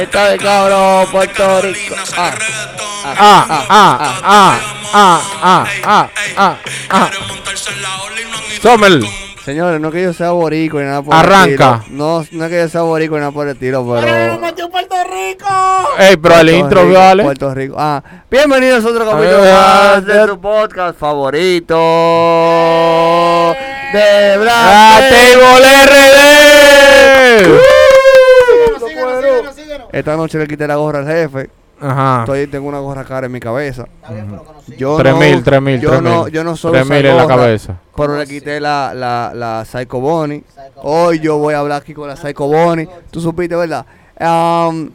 Está de cabrón, Puerto Rico. Ah, Ah, ah, ah, ah, ah, ah, ah, ah, ah. Sommer. Señores, no es que yo sea borico ni nada por el estilo. Arranca. No, no es que yo sea borico ni nada por el estilo, ¡Pero pero... metió Puerto Rico! Ey, pero el Puerto intro, Rico, vale. Puerto Rico. Ah, bienvenidos a otro capítulo Eh, más de eh, tu podcast favorito. De Ah, ¡La Black Table RD! Uh. Síguenos, síguenos, síguenos, síguenos. Esta noche le quité la gorra al jefe. Ajá. Todavía tengo una gorra cara en mi cabeza. Está bien, pero conocí. Yo 3000, no, 3000, yo no, 3000. yo no solo 3000 uso en la gorra, cabeza. Pero le quité la, la, la Psycho Bonnie. Hoy yo voy a hablar aquí con la Psycho Bonnie. Tú supiste, ¿verdad? Am,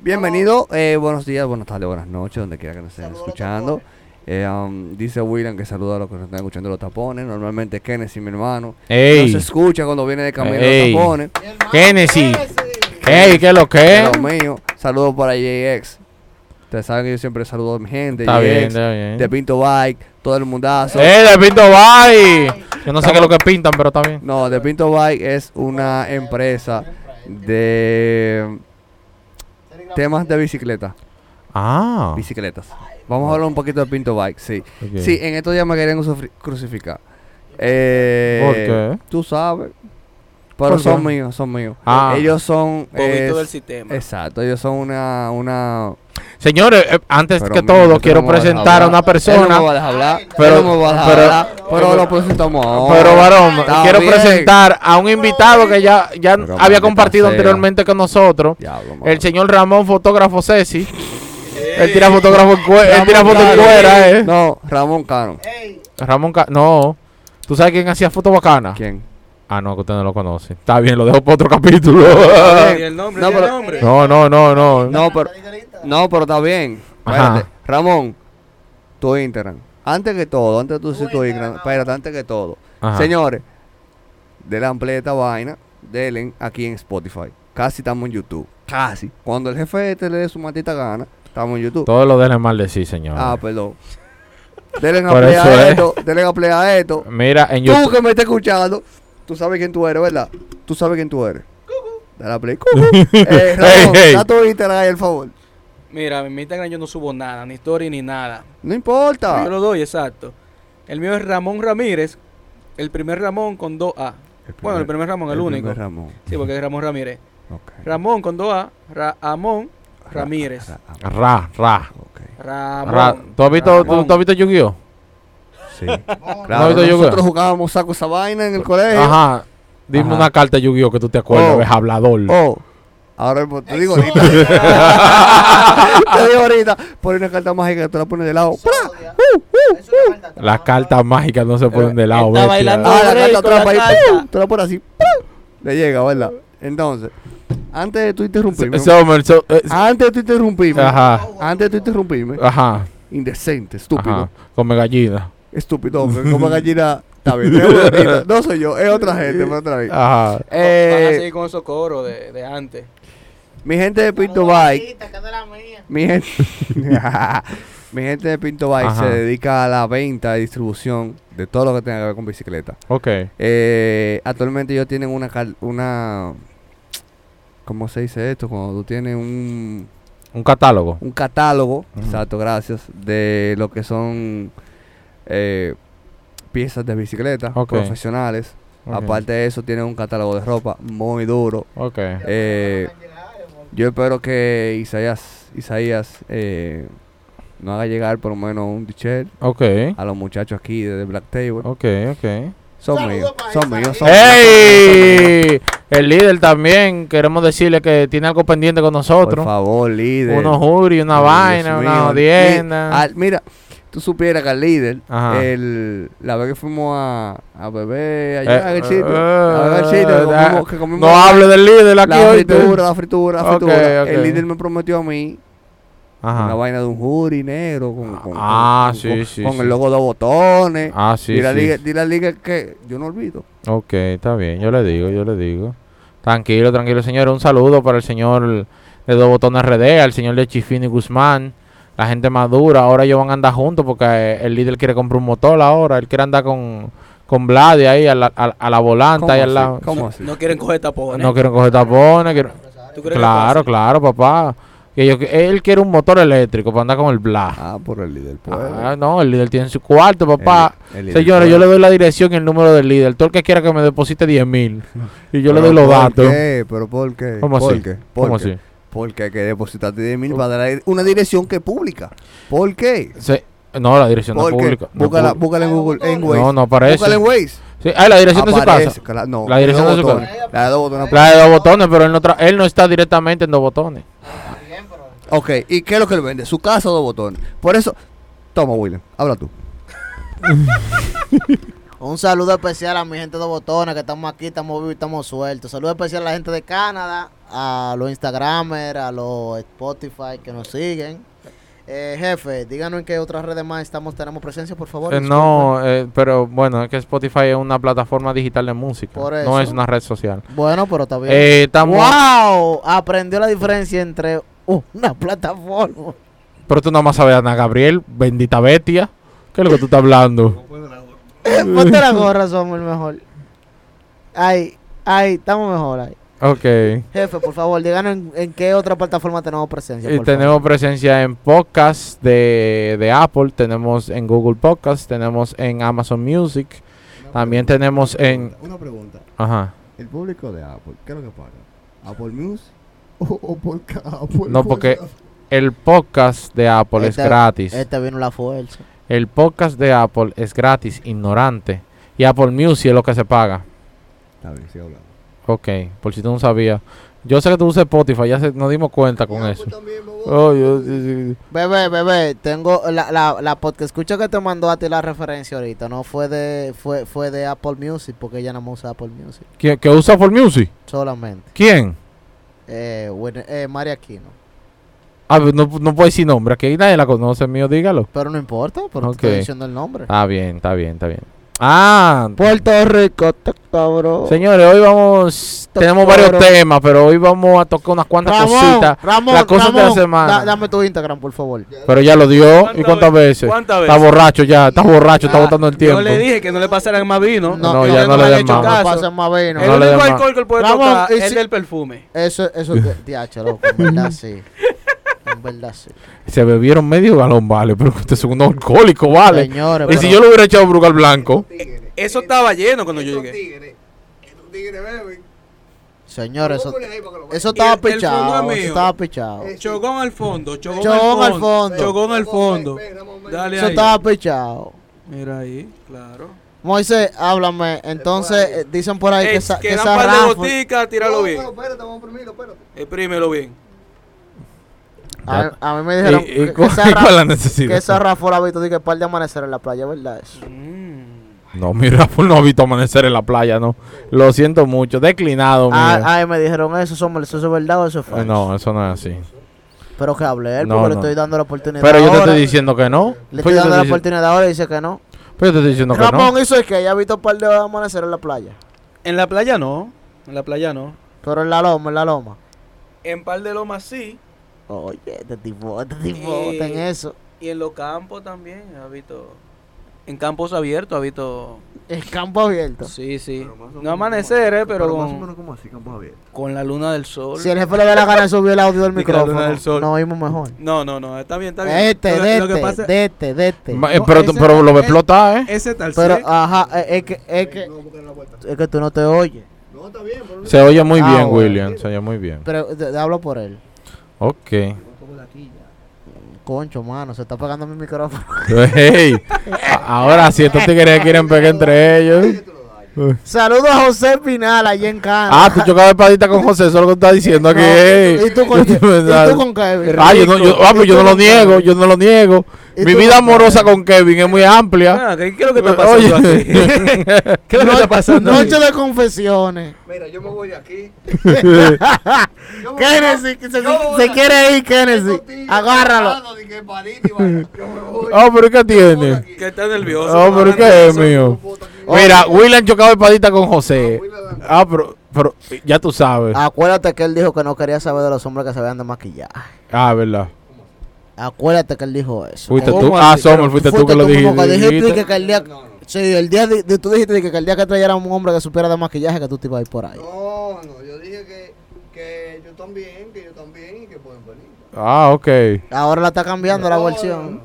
bienvenido. eh, buenos días, buenas tardes, buenas noches, donde quiera que nos estén Saludos, escuchando. Eh, am, dice William que saluda a los que nos están escuchando los tapones. Normalmente Kenneth y mi hermano. No Ey. se escucha cuando viene de camino Ey. los tapones. Mi hermano, Kennedy. Kennedy. Ey, ¿qué es lo que es? Dios mío. Saludos para JX. Ustedes saben que yo siempre saludo a mi gente. Está bien, JX, está bien. De Pinto Bike, todo el mundazo. ¡Ey, de Pinto Bay! Yo no sé qué es lo que pintan, pero está bien. No, The Pinto Bike es una empresa de temas de bicicleta. Ah. Bicicletas. Vamos a hablar un poquito de Pinto Bike, sí. Ok. Sí, en estos días me querían crucif- crucificar. Eh, ¿Por qué? Tú sabes. ¿Por Pero qué? son míos, son míos. Ah. Ellos son... eh, Bobito del sistema. exacto, ellos son una... una Señores, eh, antes Pero que mira, todo, tú quiero no me vas a presentar a hablar. una Él no me va a persona. dejar hablar. él no Pero- me va a dejar pero- hablar, pero lo presentamos ahora. Pero varón, Está quiero bien. presentar a un invitado que ya, ya Pero había maldita compartido sea. anteriormente con nosotros. Diablo, mano. El señor Ramón, fotógrafo Ceci. Él tira fotógrafo en cue- él tira foto en Cano. cuera, eh. No, Ramón Cano. Ey, Ramón, Ca- no. ¿Tú sabes quién hacía fotos bacanas? ¿Quién? Ah, no, que usted no lo conoce. Está bien, lo dejo para otro capítulo. bien. Ah. Y el nombre, No, no, pero- el nombre. no, no, no, no. No, pero, Margarita. no, pero está bien. Ajá. Espérate. Ramón, tu Instagram. Antes que todo, antes de tú decir tu Instagram, Instagram, espérate, antes que todo. Ajá. Señores, de la amplieta vaina, denle aquí en Spotify. Casi estamos en YouTube. Casi. Cuando el jefe este le dé su matita gana, estamos en YouTube. Todo lo denle mal de sí, señor. Ah, perdón. Denle a Por play eso a es. esto, denle a play a esto. Mira, en Tú YouTube. que me estás escuchando, tú sabes quién tú eres, ¿verdad? Tú sabes quién tú eres. Dale a play. eh, Ramón, Ey, ey. da tu Instagram ahí, el favor. Mira, en mi Instagram yo no subo nada, ni story ni nada. No importa. Yo lo doy, exacto. El mío es Ramón Ramírez. El primer Ramón con 2A. bueno, el primer Ramón, el, único. primer Ramón. Sí, porque es Ramón Ramírez. Ok. Ramón con 2A. Ramón Ramírez. Ra- ra- Ra, ra, ok. Ramón. ra. ¿Tú has visto, tú, Ramón. tú has visto Yu-Gi-Oh? Sí. Vamos. Claro, ahorita yo nosotros creo. jugábamos saco esa vaina en el colegio. Ajá. Dime Eh. Ajá. una carta de Yu-Gi-Oh que tú te acuerdes, Oh. es hablador. Oh, ahora mismo- te digo ahorita. te digo ahorita. Pon una carta mágica que tú la pones de lado. ¡Pra! Sodia. Es una marca que Las no- cartas mágicas no se ponen de lado, está bestia. bailando. Ah, la Abre carta con la trampa ahí. carta. ¡pum! Tú la pones así. ¡pum! Le llega, ¿verdad? Entonces, antes de tú interrumpirme. S- Summer, so- eh, s- Antes de tú interrumpirme. ajá. Antes de tú interrumpirme. Ajá. Indecente, estúpido. Ajá. Come gallina. Estúpido, hombre, como gallina. Está bien, es una gallina. No soy yo, es otra gente, pero otra vez. Ajá. Van a Eh, seguir con esos coros de, de antes. Mi gente de Pinto Bike, mi gente, mi gente de Pinto Bike Ajá. se dedica a la venta y distribución de todo lo que tenga que ver con bicicleta. Ok. Eh, actualmente ellos tienen una, cal- una, ¿cómo se dice esto? Cuando tú tienes un, Un catálogo. un catálogo, Ujú. exacto, gracias, de lo que son eh, piezas de bicicleta Ok. profesionales. Ok. Aparte de eso, tienen un catálogo de ropa muy duro. Ok. Eh, yo espero que Isaías, Isaías eh, nos haga llegar por lo menos un t-shirt Ok. a los muchachos aquí de The Black Table. Ok, ok. Son Saludos míos, para son Isaías. míos, son míos, son míos, son míos. ¡Ey! El líder también, queremos decirle que tiene algo pendiente con Por nosotros. favor, líder. Unos juris, una Ay, Dios vaina, una mío. tienda. Li- al- mira, tú supieras que al líder, Ajá. el, la vez que fuimos a, a beber allá en Eh, el sitio, eh, a beber al sitio, que eh, comimos- que comimos no hable del líder aquí la hoy. tú. fritura, la fritura, la Ok, fritura. El ok. líder me prometió a mí una Ajá. vaina de un jury negro con, con- Ah, con- sí, con- sí, con sí. el logo de botones. Ah, sí, dile, a sí. Liga, dile a Liga que yo no olvido. Ok, está bien, yo le digo, yo le digo. Tranquilo, tranquilo, señor. Un saludo para el señor de Dos Botones RD, al señor de Chifini Guzmán, la gente madura. Ahora ellos van a andar juntos porque eh, el líder quiere comprar un motor ahora. Él quiere andar con, con Vladi ahí a la, a, a la volante, ahí al lado. ¿Cómo así? No quieren coger tapones. No quieren coger tapones. quieren- ¿Tú crees que es Claro, fácil? claro, papá. Que yo- que él quiere un motor eléctrico para andar con el bla. Ah, por el líder Ah, pueblo. no, el líder tiene su cuarto, papá. El- el Señores, líder yo le pueblo. doy la dirección y el número del líder. Todo el que quiera que me deposite 10 mil. Y yo le Pero doy los ¿por datos. qué? ¿Pero por qué? ¿Cómo ¿Por así? qué? ¿Por ¿Cómo qué? así? Porque hay que depositarte 10 mil para dar una dirección que es pública. ¿Por qué? Se- no, la dirección no es Porque pública. No, búscala, pública. búscala en Google, en Waze. no, no aparece. Búscala en Waze. Sí, ah, la dirección de Aparece, su casa. cala- no, La dirección dos de su botones. casa. La de dos botones. La de dos botones, pero él no, tra- él no está directamente en dos botones. Bien, pero. Ok, ¿y qué es lo que le vende? Su casa o dos botones. Por eso, toma, William, habla tú. Un saludo especial a mi gente de Botones, que estamos aquí, estamos vivos, y estamos sueltos. Saludo especial a la gente de Canadá, a los Instagramers, a los Spotify que nos siguen. Eh, jefe, díganos en qué otras redes más estamos, tenemos presencia, por favor. Eh, no, eh, pero bueno, es que Spotify es una plataforma digital de música. Por No eso. es una red social. Bueno, pero Pues, está bien. Eh, estamos- ¡Wow! Aprendió la diferencia entre una plataforma. Pero tú nomás sabes Ana Gabriel, bendita bestia. ¿Qué es lo que tú estás hablando? Ponte la gorra, somos el mejor. Ay, ay, estamos mejor ahí. Ok. Jefe, por favor, díganos en, en qué otra plataforma tenemos presencia. Y por tenemos favor. presencia en podcast de, de Apple, tenemos en Google Podcast, tenemos en Amazon Music, también tenemos en... Una pregunta. Ajá. El público de Apple, ¿qué es lo que paga? ¿Apple Music o, o por ca- Apple No, porque el podcast de Apple es Este- gratis. Este vino la fuerza. El podcast de Apple es gratis, ignorante. Y Apple Music es lo que se paga. Está bien, sigue hablando. Ok, por si tú no sabías. Yo sé que tú usas Spotify, ya se- nos dimos cuenta con Y Apple eso. también, bobo. Oh, yo- sí, sí. Bebé, bebé, tengo la, la, la podcast escucha que te mandó a ti la referencia ahorita, no fue de fue fue de Apple Music, porque ella no más usa Apple Music, ¿Qui- ¿Que usa Apple Music? solamente. ¿Quién? Eh, bueno, eh, María Aquino. Ah, pero no, no puedo decir nombre, aquí nadie la conoce, mío, dígalo. Pero no importa, porque Ok. Ah. te estoy diciendo el nombre. Está bien, está bien, está bien. Ah, Puerto Rico, te cabrón. señores, hoy vamos. Esto Tenemos coro. varios temas, pero hoy vamos a tocar unas cuantas Ramón, cositas. Ramón, las cosas de la Ramón, semana. da- dame tu Instagram, por favor. Pero ya lo dio. ¿Y cuántas veces? ¿Cuántas Está veces? borracho ya, Ah, está borracho, está botando el tiempo. Yo le dije que no le pasaran más vino. No, ya que no le han den hecho más. caso. No pasen más vino. El No le den único más. alcohol que él puede Ramón, tocar y es si- el del perfume. Eso eso es diacho, loco, en verdad sí. En verdad sí. Se bebieron medio galón, vale. Pero usted es un alcohólico, vale. Señores, Y si pero- yo le hubiera echado brugal blanco. Tigre, Eso estaba lleno cuando yo estos llegué. tigres, estos tigres beben. Señores, eso, Pónganle ahí para que lo eso vean. estaba el- el pichado, fondo es eso mío. estaba pichado. Eh, Chogón al fondo, chogón, Chogón al al fondo. fondo. Chogón al fondo. Ven, ven, Ramón, ven. Dale Eso ahí. estaba pichado. Mira ahí, claro. Moisés, háblame. Entonces, Después ahí. eh, dicen por ahí que Ey, esa, que quedan esa par de Rafa- boticas, tíralo No, bien. pero espérate, vamos a oprimirlo, espérate. Exprímelo bien. A, a mí me ¿Y, dijeron y que, que cuál, esa y Rafa- cuál la que necesidad? esa Rafa la ha visto dije, par de amanecer en la playa, ¿verdad? Eso. Mm. No, mi Rafael no ha visto amanecer en la playa, no. Lo siento mucho, declinado, Ah, mío. Ay, me dijeron eso, somos, eso es verdad o eso es Eh, falso. Oh, No, eso no es así. Pero que hable él, No, porque le no. estoy dando la oportunidad. Pero yo te ahora. estoy diciendo que no. Le Pero estoy yo te dando la estoy dici- oportunidad ahora y dice que no. pero yo te estoy diciendo que no. Eh, Ramón hizo el que ella ha visto par de amanecer en la playa. En la playa no. En la playa no. Pero en la loma, en la loma. En par de lomas sí. Oye, este tipo, este tipo, Eh. ten eso. Y en los campos también, hábito. En campos abiertos, hábito. El campo abierto. Sí, sí. Pero más o No menos amanecer, eh, pero más o con, menos como así, Campos Abiertos. con la luna del sol. Si el jefe le da la gana de subir el audio del Ni que la micrófono, luna del sol. nos oímos mejor. No, no, no, está bien, está bien. Este, Lo que- lo que pasa- dete, dete, dete. Ma- eh, No, pero, ese- pero lo va a eh, explotar, ¿eh? Ese tal Pero, sí. ajá, eh, es que, es que, No, porque era la vuelta. es que tú no te oyes. No, está bien, pero no- Se oye muy Ah, bien, bueno. William. Se oye muy bien. Pero de- de- hablo por él. Ok. Concho, mano, se está pegando mi micrófono. Hey, a- ahora si estos tigres quieren pegar entre ellos. Saludos a José Pinal, allá en Cana. Ah, tú chocabas espadita con José, eso es lo que tú estás diciendo aquí. hey. ¿Y tú con, Yo y te- tú con Kevin? Ah, yo no, yo, ah, pero yo no lo niego, yo no lo niego. ¿Y Mi tú vida con amorosa con Kevin es muy amplia. Ah, ¿qué, qué es lo que está pasando Oye. aquí? ¿Qué es lo que está pasando? aquí? Noche de confesiones. Mira, yo me voy de aquí. Yo me voy- Kennedy, que se, yo me voy se de quiere ir, Esos Kennedy. tigres Agárralo. agarrados, de que panito y vaina. Yo me voy. Ah, pero ¿y ¿qué Yo me voy de tiene? aquí. Que está nervioso. Ah, pero ¿y hermano, ¿qué es nervioso. mío? Ah. Mira, William chocaba espadita con José. Ah, pero, pero ya tú sabes. Acuérdate que él dijo que no quería saber de los hombres que se vean de maquillaje. Ah, verdad. Acuérdate que él dijo eso. Fuiste ¿Cómo tú. Ah, así? Sommer, fuiste tú que lo dijiste. mismo que dijiste dijiste. que, el día... Sí, el día de, de- tú dijiste de que, el día que trayera un hombre que supiera de maquillaje que tú te ibas a ir por ahí. No, no, yo dije que, que yo estaba también, que yo también y que pueden venir. Ah, ok. Ahora la está cambiando la versión.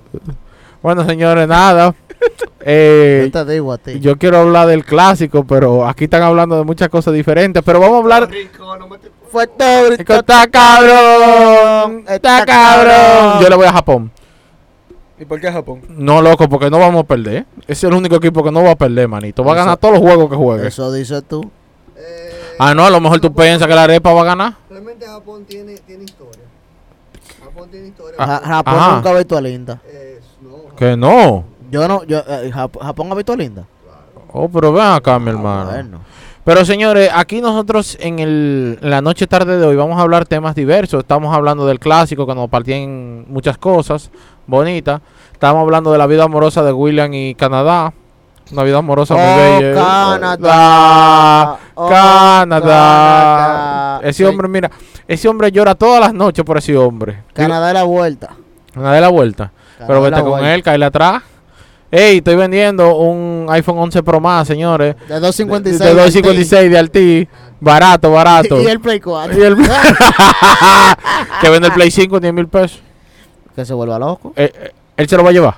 Bueno, señores, nada. Eh, Yo te digo a ti. yo quiero hablar del clásico, pero aquí están hablando de muchas cosas diferentes. Pero vamos a hablar. Rico, no me te... Fue todo Rico, Está cabrón. Está cabrón. Yo le voy a Japón. ¿Y por qué Japón? No, loco, porque no vamos a perder. Ese es el único equipo que no va a perder, manito. Va a ganar todos los juegos que juegue. Eso dices tú. eh, Ah, no, a lo mejor tú piensas que la arepa va a ganar. Realmente Japón tiene, tiene historia. Japón tiene historia. Ja- Japón Ah, ajá. nunca ha visto a Linda. Eh, no, Que no. Yo no, yo, eh, Jap- Japón ha visto a Linda. Oh, pero ven acá, mi Ah, hermano. bueno. Pero señores, aquí nosotros en, el, en la noche tarde de hoy vamos a hablar temas diversos. Estamos hablando del clásico que nos partían muchas cosas bonitas. Estamos hablando de la vida amorosa de William y Canadá. Una vida amorosa muy Oh, bella. Canadá. Oh, Canadá. Canadá. Ese hombre, mira, ese hombre llora todas las noches por ese hombre. Canadá de la vuelta. Una de la vuelta. Pero Canadá de vete la con vuelta. él, cae atrás. Ey, estoy vendiendo un iPhone 11 Pro más, señores. De 256. De del 256 de Alti. Barato, barato. Y el Play 4. Y el- que vende el Play 5 10 mil pesos. Que se vuelva loco. Eh, eh, él se lo va a llevar.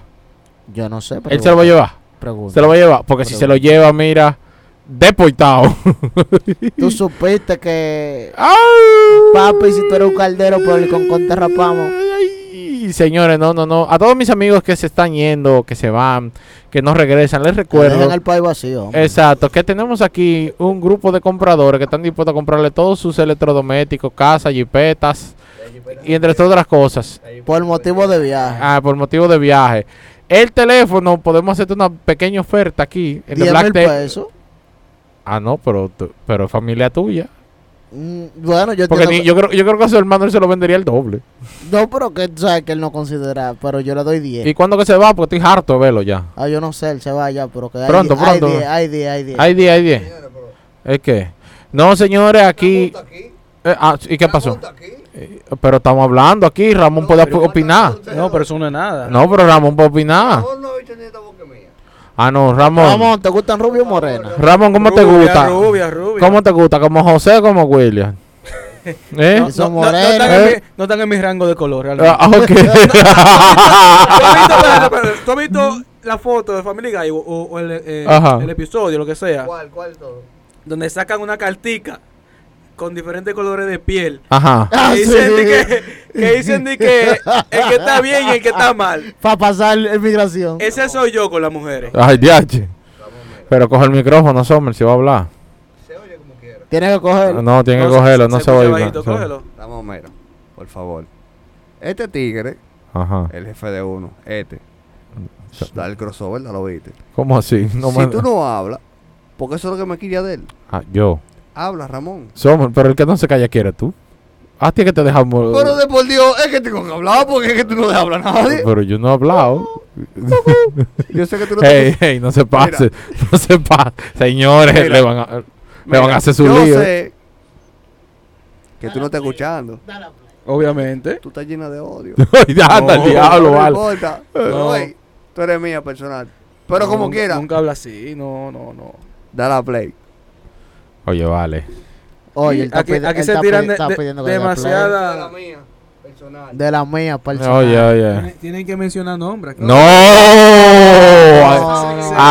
Yo no sé. Él se lo va a llevar. Se lo va a llevar. Porque si se lo lleva, mira, deportado. Tú supiste que. Ay. Papi, si tú eres un caldero, por el concón te rapamos. Ay, señores, no, no, no. A todos mis amigos que se están yendo, que se van, que no regresan, les que Dejan recuerdo. el país vacío. hombre. Exacto, que tenemos aquí un grupo de compradores que están dispuestos a comprarle todos sus electrodomésticos, casas, jipetas y entre otras cosas. Por motivo de viaje. Eh, Ah, por motivo de viaje. El teléfono, podemos hacerte una pequeña oferta aquí. En The 10 Black mil Tech. pesos. Ah, no, pero, tu- pero familia tuya. Mm, Bueno, yo Porque entiendo ni- yo, creo, yo creo que a su hermano él se lo vendería el doble. que- No, pero que tú sabes que él no considera. Pero yo le doy 10. ¿Y cuándo que se va? Porque estoy harto de verlo ya. Ah, yo no sé, él se va allá, pero que hay Pronto, die- hay pronto. die- Hay 10, hay 10. Hay 10, hay 10. señores, pero. una Es que. No, señores, aquí. multa aquí. eh, ah, ¿Y qué una pasó? multa aquí. Eh, Pero estamos hablando aquí. Ramón puede pero opinar. ¿cuántas multas? No, pero eso no es nada. No, pero Ramón puede opinar. Vos no habéis tenido esta boca mía. Ah, no, Ramón. Vamos, ¿te gustan rubio o morena? Ramón, ¿cómo te Rubia, gusta? Rubia, rubia. ¿Cómo te gusta? ¿Como José o como William? ¿Eh? No, no, no, no Moreno, están en ¿eh? mi- no están en mi rango de color, realmente. Ah, ok. ¿Tú has visto- espérate, espérate, ¿Tú has visto la foto de Family Guy o, o- o el, eh, Ajá. el episodio, lo que Ah. sea? ¿Cuál, cuál todo? Donde sacan una cartica con diferentes colores de piel. Ajá. que, dicen de que, que dicen de que el que está bien y el que está mal. Para pasar en migración. Ese soy yo con las mujeres. Ay, diache. Pero coge el micrófono, Sommer, si va a hablar. Se oye como quiera. Tienes que coger. Ah, No, tiene que cogerlo, no se, va a escucha oír. bajito, se- cógelo. Dame Homero, por favor. Este tigre, Ajá. el jefe de uno, este. Da el crossover, da lo viste. ¿Cómo así? No si me- tú no hablas, porque eso es lo que me quería de él. Ah, yo. Habla, Ramón. Sommer, pero el que no se calla quiere tú. A ti es que te dejamos. Pero de por Dios, es que tengo que hablar porque es que tú no le hablas a nadie. Pero yo no he hablado. Pues, Yo sé que tú no te- Ey, ey, no se pase. No se pase. Señores, Mira. le van a, le Mira, van a hacer su yo lío. sé que tú no estás escuchando. Obviamente. Tú estás llena de odio. Ay, anda, el No, diablo, no vale. importa. No. Ey, tú eres mía personal. Pero No, como nunca- quiera, Nunca habla así, no, no, no. da la play. Oye, vale. Oye, él Y está aquí, pidi- aquí él se está tiran pidi- de- está de- pidiendo que le dé De demasiada. la mía, personal. play. De la mía, personal. Oye, oye. Tienen- Tienen que mencionar nombres. No. No, no, no.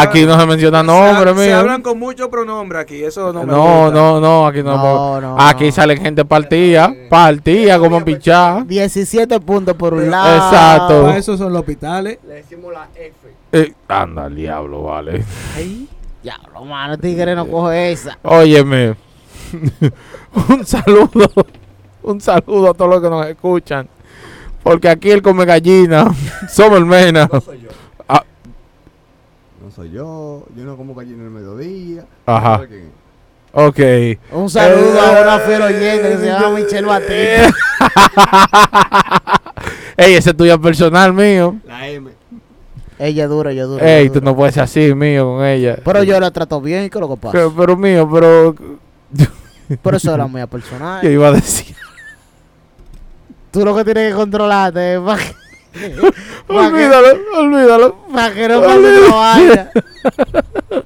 Aquí no se menciona nombre, se, se mío. hablan con muchos pronombres aquí, eso no me No, gusta. no, no, aquí no. No, no, aquí no. salen gente partida, partida, como pichada. 17 puntos por un lado. ¿Ah? Ah, Exacto. Para eso son los hospitales. Le decimos la F. Eh, anda, el diablo, vale. Diablo, mano, tigre no coge esa. Óyeme. un saludo. Un saludo a todos los que nos escuchan. Porque aquí el come gallina. Somos el mena. No soy yo. Ah. No soy yo. Yo no como gallina en el mediodía. Ajá. No sé quién es. Ok. Un saludo a una Eh, fiel oyente que se llama Michelle Batista. Ey, ese es tuyo personal mío. La M. Ella es dura, ella es dura. ella Ey, es tú dura. no puedes ser así mío con ella. Pero yo la trato bien, ¿qué es lo que pasa? Que- pero mío, pero Por eso es la mía yo personal. iba a decir. Tú lo que tienes que controlarte es para que, pa' que- Olvídalo, olvídalo. pa' que no pase otra vaina.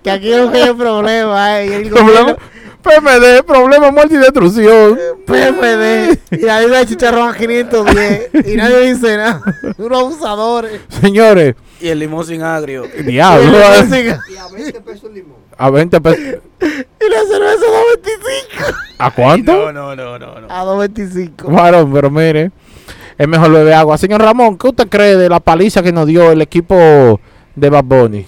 Que aquí no hay problema, eh. y el Problema, gobierno- PMD, problema, muerte y destrucción. PFD. Y ahí me chicharrón a 510. Y nadie dice nada. Unos abusadores. Señores, Y el limón sin agrio. diablo. Y el limón Y a 20 pesos el limón. A 20 pesos. Y la cerveza a 25. ¿A cuánto? No, no, no, no. no. A 225. Varón, pero mire. Es mejor beber agua. Señor Ramón, ¿qué usted cree de la paliza que nos dio el equipo de Bad Bunny?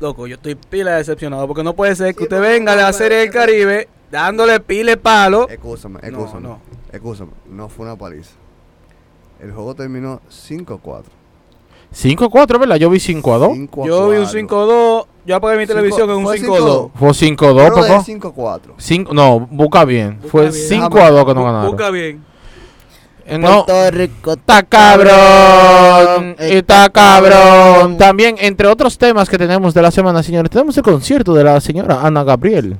Loco, yo estoy pila decepcionado porque no puede ser que usted venga a la Serie del Caribe dándole pile palo. Escúchame, No, escúchame. no. Escúchame, no fue una paliza. El juego terminó 5-4. 5 a 4, ¿verdad? Yo vi 5 a 2. Yo vi un 5-2, yo apagué mi Cinco- televisión en un fue 5-2. Fue 5 a 2, Creo papá. que 5-4. Cinco- no, busca bien. Fue bien. 5 a 2 que nos ganaron. Busca bien. Eh, No, Puerto Rico está cabrón. Está cabrón. También, entre otros temas que tenemos de la semana, señores, tenemos el concierto de la señora Ana Gabriel.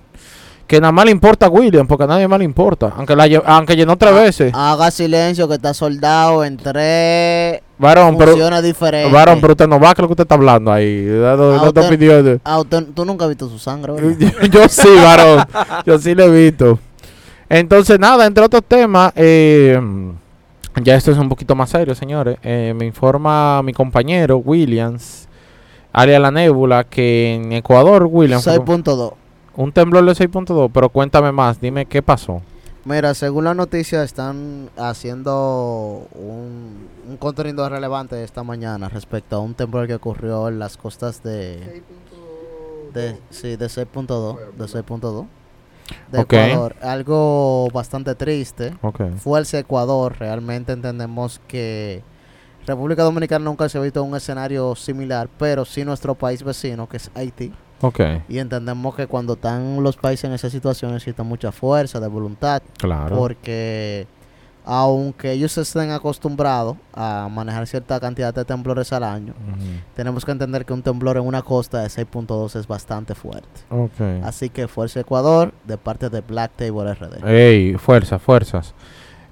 Que nada más le importa a William, porque a nadie más le importa. Aunque, la lle- aunque llenó tres veces. Haga silencio que está soldado en tres. Varón, pero, Funciona diferente. varón, pero usted no va, que lo que usted está hablando ahí. No, no- Eh, Ah, no te usted- pidió de- Ah, usted- tú nunca has visto su sangre, ¿verdad? yo, sí, varón. Yo sí lo he visto. Entonces, nada, entre otros temas, eh, ya esto es un poquito más serio, señores. Eh, me informa mi compañero Williams, área La Nébula, que en Ecuador, Williams, fue 6.2. un temblor de 6.2, pero cuéntame más, dime qué pasó. Mira, según la noticia, están haciendo un, un contenido relevante esta mañana respecto a un temblor que ocurrió en las costas de. de sí, de 6.2. De 6.2. De Ok. Ecuador. Algo bastante triste. Ok. Fue hacia Ecuador. Realmente entendemos que República Dominicana nunca se ha visto un escenario similar, pero sí nuestro país vecino, que es Haití. Ok, Y entendemos que cuando están los países en esa situación necesitan mucha fuerza, de voluntad, claro. porque aunque ellos estén acostumbrados a manejar cierta cantidad de temblores al año, Ujú. tenemos que entender que un temblor en una costa de 6.2 es bastante fuerte. Ok. Así que fuerza Ecuador de parte de Black Table RD. Ey, fuerzas, fuerzas.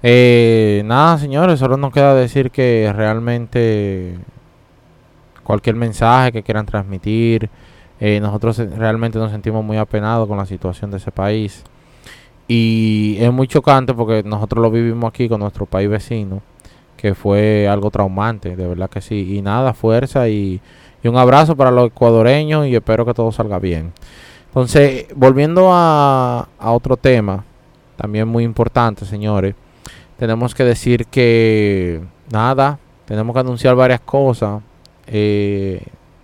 Eh, nada, señores, solo nos queda decir que realmente cualquier mensaje que quieran transmitir, eh, nosotros eh, realmente nos sentimos muy apenados con la situación de ese país. Y es muy chocante porque nosotros lo vivimos aquí con nuestro país vecino, que fue algo traumante, de verdad que sí. Y nada, fuerza y, y un abrazo para los ecuadoreños y espero que todo salga bien. Entonces, volviendo a, a otro tema, también muy importante, señores. Tenemos que decir que nada, tenemos que anunciar varias cosas. Eh,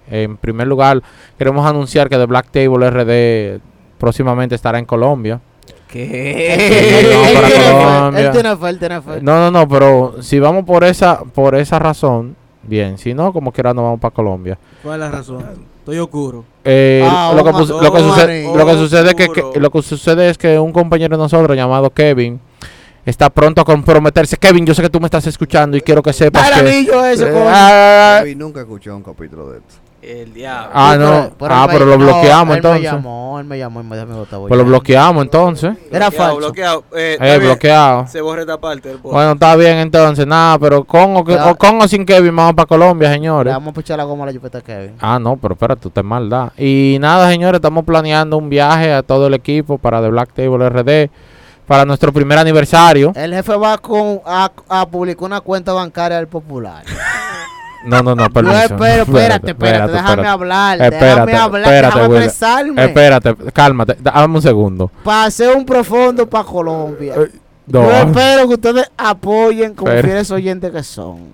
en primer lugar, queremos anunciar que The Black Table RD próximamente estará en Colombia. ¿Qué? para tiene fe, Colombia. él tiene fe, él tiene fe. No, no, no, pero si vamos por esa por esa razón, bien, si no, como quiera, nos vamos para Colombia. ¿Cuál es la razón? Estoy oscuro. Eh, Ah, lo, que vamos oh, pus- a- lo que vamos a sucede, reír. lo que sucede es que, Seguro. que- lo que sucede es que un compañero de nosotros llamado Kevin está pronto a comprometerse. Kevin, yo sé que tú me estás escuchando y quiero que sepas que Eh, ah, David nunca escuchó un capítulo de esto. El diablo. ah, Sí, no. pero- ah, él me- pero lo no, bloqueamos Él me entonces. llamó, él me llamó y me dijo, amigo, te voy Pues lo ya". bloqueamos entonces. Era Bloqueado, falso. bloqueado. Eh, está Eh, bien. bloqueado. Se borra esta parte del podcast. Bueno, está bien entonces, nada, pero con o, que- Ya. o con o sin Kevin vamos para Colombia, Le señores. vamos a pichar la goma a la chupeta a Kevin. Ah, no, pero espérate, usted es maldad. Y nada, señores, estamos planeando un viaje a todo el equipo para The Black Table RD para nuestro primer aniversario. El jefe va con, a, a publicar una cuenta bancaria del Popular. No, no, no, Yo Ah, permiso. espero, espérate, espérate, déjame hablar, déjame hablar, déjame William. expresarme. Espérate, cálmate, da- dame un segundo. Paseo un profundo para Colombia. Eh, Yo No, espero que ustedes apoyen como Espera. fieles oyentes que son.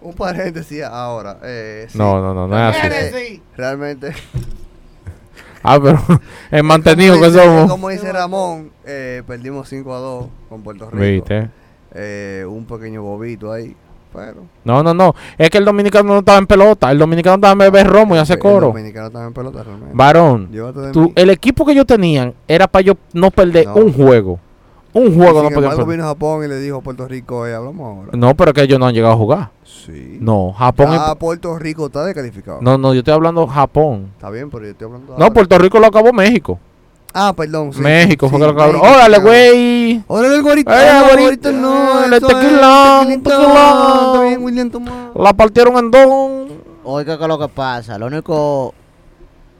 Un paréntesis ahora. Eh, sí. no, no, no, no es así. Espérate. Realmente. Ah, pero es mantenido como que dice- somos. Como dice Ramón, eh, perdimos 5 a 2 con Puerto Rico. ¿Viste? Eh, un pequeño bobito ahí. Pero. No, no, no. Es que el dominicano no estaba en pelota. El dominicano estaba en beber romo y hace el coro. dominicano estaba en pelota realmente. Varón, Llévate de tú, mí. el equipo que yo tenía era para yo no perder No. un juego. Un juego no Sin podía embargo, perder. vino a Japón y le dijo a Puerto Rico, eh, hablamos ahora. No, pero es que ellos no han llegado a jugar. Sí. No, Japón. y- Ah, Puerto Rico está descalificado. No, no, yo estoy hablando Japón. Está bien, pero yo estoy hablando No, ahora. Puerto Rico lo acabó México. Ah, perdón. sí. México fue que lo Sí, cabrón. México, ¡Órale, claro. güey! ¡Órale, el guarito! ¡Eh, ¡Ah, guarito! guarito! No, ¡Le esto es tequilón, tequilito. tequilón! Está bien, William, toma. La partieron en dos. Oiga, que lo que pasa, lo único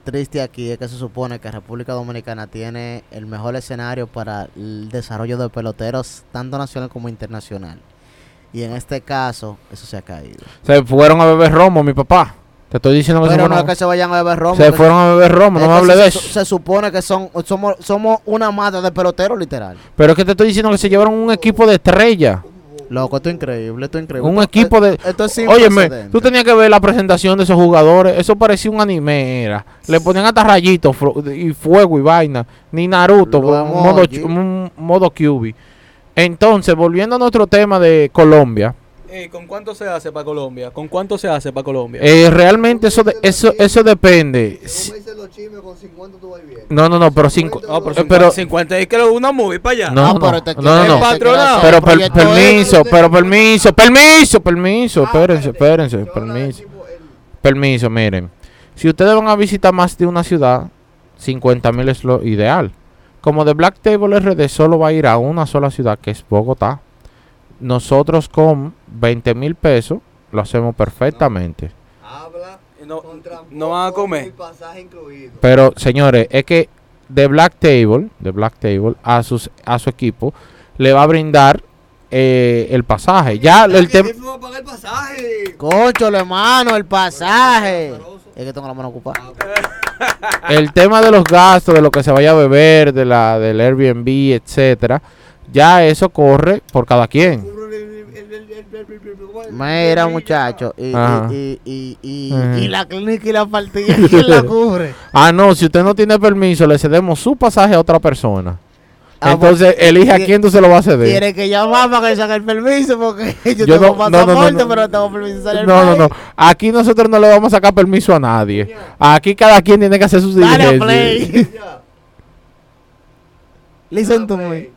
triste aquí es que se supone que República Dominicana tiene el mejor escenario para el desarrollo de peloteros, tanto nacional como internacional. Y en este caso, eso se ha caído. Se fueron a beber romo, mi papá. Te estoy diciendo que se Pero no fueron, es a- que se vayan a Eh, beber romo. se que- fueron a beber romo, no es me que hables se, de su- eso. se supone que son somos, somos una mata de peloteros, literal. Pero es que te estoy diciendo que se llevaron un equipo de estrella. Loco, esto es increíble, esto es increíble. Un Esto- equipo de... Esto es sin Óyeme, precedentes. tú tenías que ver la presentación de esos jugadores. Eso parecía un anime, era. Le ponían hasta rayitos fro- y fuego y vaina. Ni Naruto, Lo bro, amo, modo, G. ch- un modo QB. Entonces, volviendo a nuestro tema de Colombia. Eh, ¿Con cuánto se hace para Colombia? ¿Con cuánto se hace para Colombia? eh, realmente eso, de- eso, eso depende. Si- Como dicen los chismes, con 50 tú vas bien. No, no, no, pero cinco... no, por eh, pero- 50, 50 es que lo una movie para allá. No, Ah, no, pero te no, quiere- no, te no. quiere Patrona. hacer Pero un per- proyecto permiso, de- pero permiso, permiso, permiso, Ah, espérense, espérense, Te van a dar permiso. tipo el- Permiso, miren. Si ustedes van a visitar más de una ciudad, 50 mil es lo ideal. Como de Black Table RD solo va a ir a una sola ciudad, que es Bogotá, nosotros con 20 mil pesos lo hacemos perfectamente. Habla Eh, No, con transporte no van a y comer. pasaje incluido. Pero, señores, es que de Black Table, de Black Table, a, sus, a su equipo, le va a brindar eh, el pasaje. Ya el tema... jefe va a pagar el pasaje. Cóchale, hermano, el pasaje. Es que tengo la mano ocupada. el tema de los gastos, de lo que se vaya a beber, de la del Airbnb, etcétera, ya eso corre por cada quien. Mira, muchacho. Y, Ah, Ajá. y, y, y, y, Ajá. y la clínica y la partilla, ¿quién la cubre? Ah, no, si usted no tiene permiso, le cedemos su pasaje a otra persona. Ah, Entonces, elige a tie- quién tú se lo vas a ceder. Tiene que llamar para que saque el permiso porque yo, Yo tengo no- no, no, no, pasaporte, no. pero no tengo permiso de salir del No, no, no. país. Aquí nosotros no le vamos a sacar permiso a nadie. Aquí cada quien tiene que hacer sus Dale a diligencias. play. Listen to me.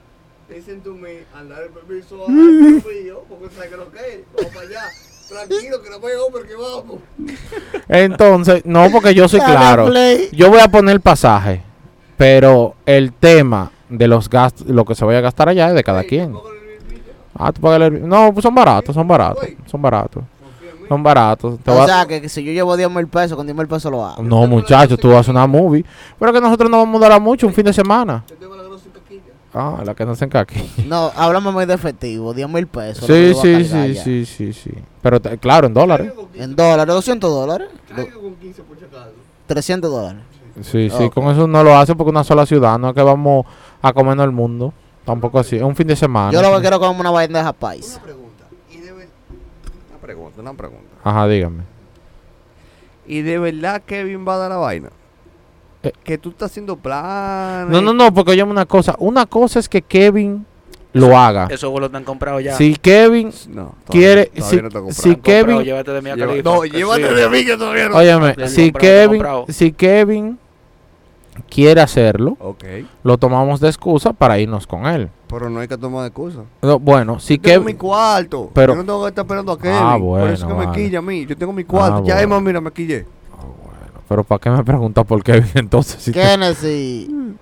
Dicen to me, andar el permiso a dar frío, porque sabes que lo que es. Vamos para allá. Tranquilo, que no voy a llegar porque vamos. Entonces, no, porque yo soy Dale a claro. play. Yo voy a poner el pasaje, pero el tema de los gastos, lo que se vaya a gastar allá es de cada quien. Ah, tú pagas el Airbnb. No, pues son baratos, son baratos, son baratos. Son baratos. Te O va- sea, que, que si yo llevo 10 mil pesos, con 10 mil pesos lo hago. No, muchachos, tú haces una movie. Pero que nosotros no vamos a dar a mucho un fin de semana. Yo tengo la grosa caquilla. Ah, la que no se encaque. No, háblame muy de efectivo, 10 mil pesos. lo Sí, que yo voy a sí, cargar sí, ya. sí, sí, sí. Pero te- claro, en dólares. Caigo con En 15, dólares, 200 dólares, do- caigo con 15 por si acaso. 300 dólares. Sí, sí, con eso no lo hacen porque una sola ciudad, no es que vamos a comernos el mundo. Tampoco así, es un fin de semana. Yo lo que quiero como una bandeja paisa. Una pregunta. Y debe... Una pregunta, una pregunta. Ajá, dígame. Y de verdad Kevin va a dar la vaina. Eh. Que tú estás haciendo planes. No, no, no, porque oye una cosa. Una cosa es que Kevin lo haga. Esos vuelos están comprados ya. Si Kevin No, todavía- quiere, todavía si, no te si compraron. Comprado, Kevin, llévate de mí a Lleva- Califa. no, Sí. llévate de mí que todavía no. óyeme, Del si comprado, del Kevin, comprado. si Kevin quiere hacerlo, Ok. lo tomamos de excusa para irnos con él. Pero no hay que tomar excusa. No, bueno, si Yo tengo mi Kevin, cuarto. Pero, Pero- yo no tengo que estar esperando a Kevin. Ah, Por eso es que bueno, me vale. quilla a mí. Yo tengo mi cuarto. Ah, ya, bueno. Emma, mira, me quillé. pero ¿para qué me preguntas por Kevin entonces? Si te- Kennedy, Mm.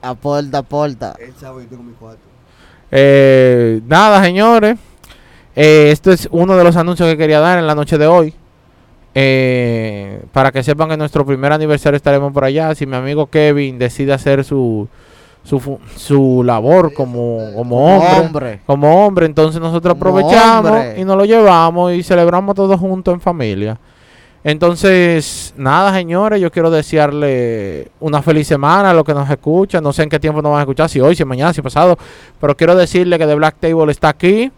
aporta, aporta. Él sabe que yo tengo mi cuarto. Eh, nada, señores. Eh, esto es uno de los anuncios que quería dar en la noche de hoy. Eh, para que sepan que nuestro primer aniversario estaremos por allá. Si mi amigo Kevin decide hacer su, su, fu- su labor como, como hombre, Hombre. como hombre, entonces nosotros Como aprovechamos hombre. y nos lo llevamos y celebramos todos juntos en familia. Entonces, nada, señores, yo quiero desearle una feliz semana a los que nos escuchan. No sé en qué tiempo nos van a escuchar, si hoy, si mañana, si pasado, pero quiero decirle que The Black Table está aquí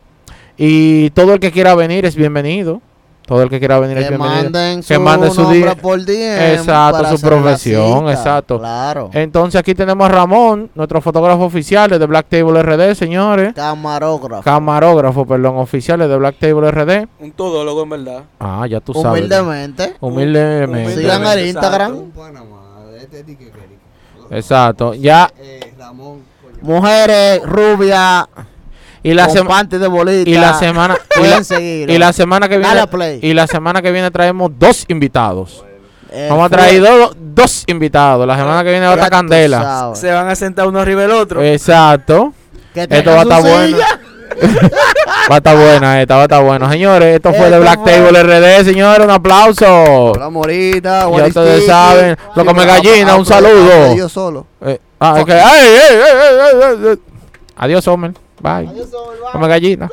y todo el que quiera venir es bienvenido. Todo el que quiera venir es Que bienvenido. manden su, Que manden su nombre día. por DM Exacto, para su hacer la profesión, cita. exacto. Eh. Claro. Entonces, aquí tenemos a Ramón, nuestro fotógrafo oficial de The Black Table RD, señores. Camarógrafo. Camarógrafo, perdón, oficiales de Black Table RD. Un todólogo en verdad. Ah, ya tú sabes. Humildemente. Humildemente. Sigan Humildemente, el Un Instagram. Panamá, de este tique que rico. Exacto. Ya. Eh, Ramón, coño. Mujeres, rubias, Y la, la sema- de bolita. y la semana y la, Pueden seguir. y la semana que Dale viene a play. y la semana que viene traemos dos invitados. Eh, Vamos a traer dos, dos invitados. La semana que viene va a ya estar tú Candela. sabes. Se van a sentar uno arriba del otro. Exacto. Que Esto va a tengan estar su bueno. silla. Va a estar buena esta, va a estar buena. Señores, esto fue de Esto Black fue- Table RD, señores. Un aplauso. La morita, Ya ustedes saben. Lo come gallina, un saludo. Yo solo. Eh, ah, es que- ¡Ey, ey, ey, ey, ey, ey, ey! Adiós, Homer. Bye. Adiós, Omar, bye. Come gallina.